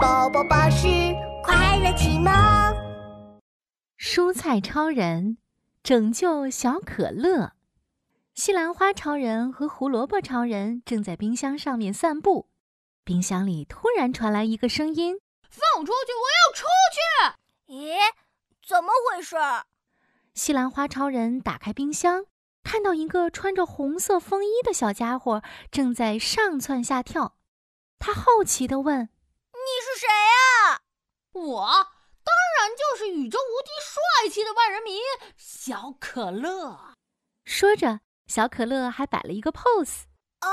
宝宝巴士快乐启蒙。蔬菜超人拯救小可乐，西兰花超人和胡萝卜超人正在冰箱上面散步，冰箱里突然传来一个声音，放出去！我要出去！咦，怎么回事？西兰花超人打开冰箱，看到一个穿着红色风衣的小家伙正在上蹿下跳，他好奇地问。你是谁呀、啊？我当然就是宇宙无敌帅气的万人迷小可乐。说着，小可乐还摆了一个 pose。哦，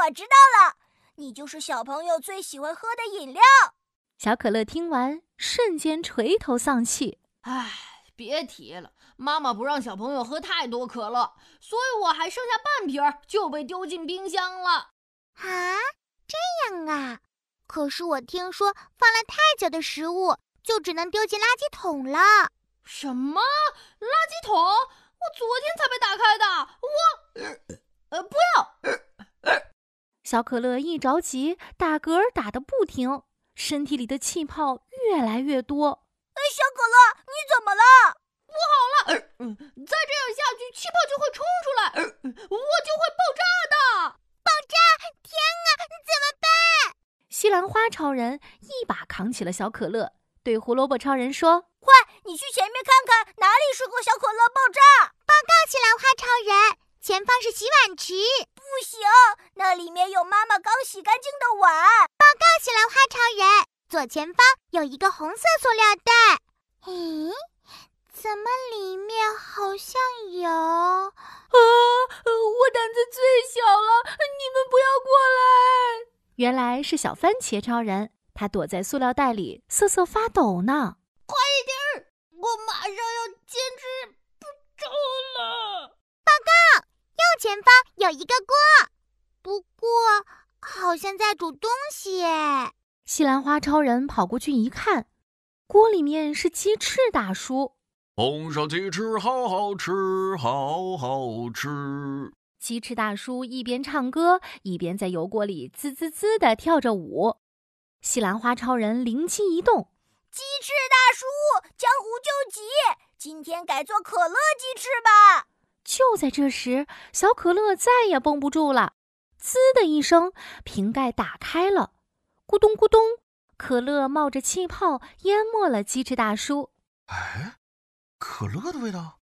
我知道了，你就是小朋友最喜欢喝的饮料。小可乐听完，瞬间垂头丧气。唉，别提了，妈妈不让小朋友喝太多可乐，所以我还剩下半瓶就被丢进冰箱了。啊，这样啊。可是我听说放了太久的食物就只能丢进垃圾桶了。什么垃圾桶？我昨天才被打开的。我，呃，不要！小可乐一着急，打嗝打得不停，身体里的气泡越来越多。哎，小可乐，你怎么了？不好了！呃、再这样下去，气泡就会冲出来，呃、我就会爆炸的！爆炸！天啊，怎么办？西兰花超人一把扛起了小可乐，对胡萝卜超人说：“快，你去前面看看哪里是个小可乐爆炸！”报告西兰花超人，前方是洗碗池。不行，那里面有妈妈刚洗干净的碗。报告西兰花超人，左前方有一个红色塑料袋。咦，怎么里面好像有……啊，我胆子最小了，你们不要过来！原来是小番茄超人，他躲在塑料袋里瑟瑟发抖呢。快一点，我马上要坚持不住了。报告，右前方有一个锅，不过好像在煮东西。西兰花超人跑过去一看，锅里面是鸡翅大叔。红烧鸡翅好好吃，好好吃。鸡翅大叔一边唱歌，一边在油锅里滋滋滋地跳着舞。西兰花超人灵机一动：“鸡翅大叔，江湖救急，今天改做可乐鸡翅吧！”就在这时，小可乐再也绷不住了，“滋”的一声，瓶盖打开了，咕咚咕咚，可乐冒着气泡淹没了鸡翅大叔。哎，可乐的味道，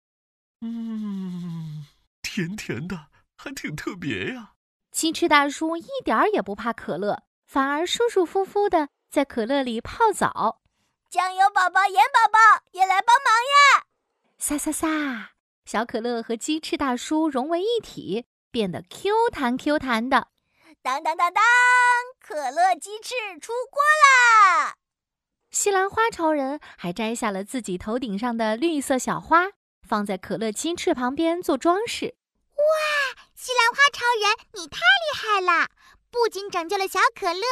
嗯，甜甜的。还挺特别呀、啊！鸡翅大叔一点儿也不怕可乐，反而舒舒服服的在可乐里泡澡。酱油宝宝、盐宝宝也来帮忙呀！撒撒撒！小可乐和鸡翅大叔融为一体，变得 Q 弹 Q 弹的。当当当当！可乐鸡翅出锅啦！西兰花超人还摘下了自己头顶上的绿色小花，放在可乐鸡翅旁边做装饰。哇，西兰花超人，你太厉害了！不仅拯救了小可乐，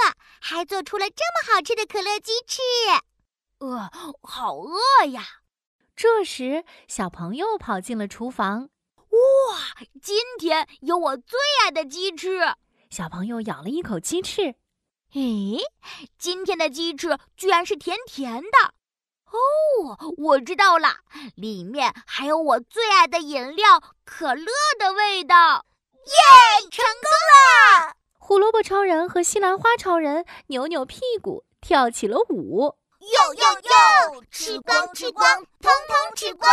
还做出了这么好吃的可乐鸡翅。呃，好饿呀！这时，小朋友跑进了厨房。哇，今天有我最爱的鸡翅！小朋友咬了一口鸡翅。诶，今天的鸡翅居然是甜甜的。哦，我知道了，里面还有我最爱的饮料可乐的味道。耶，成功了！胡萝卜超人和西兰花超人扭扭屁股跳起了舞。哟哟哟，吃光吃光，通通吃光！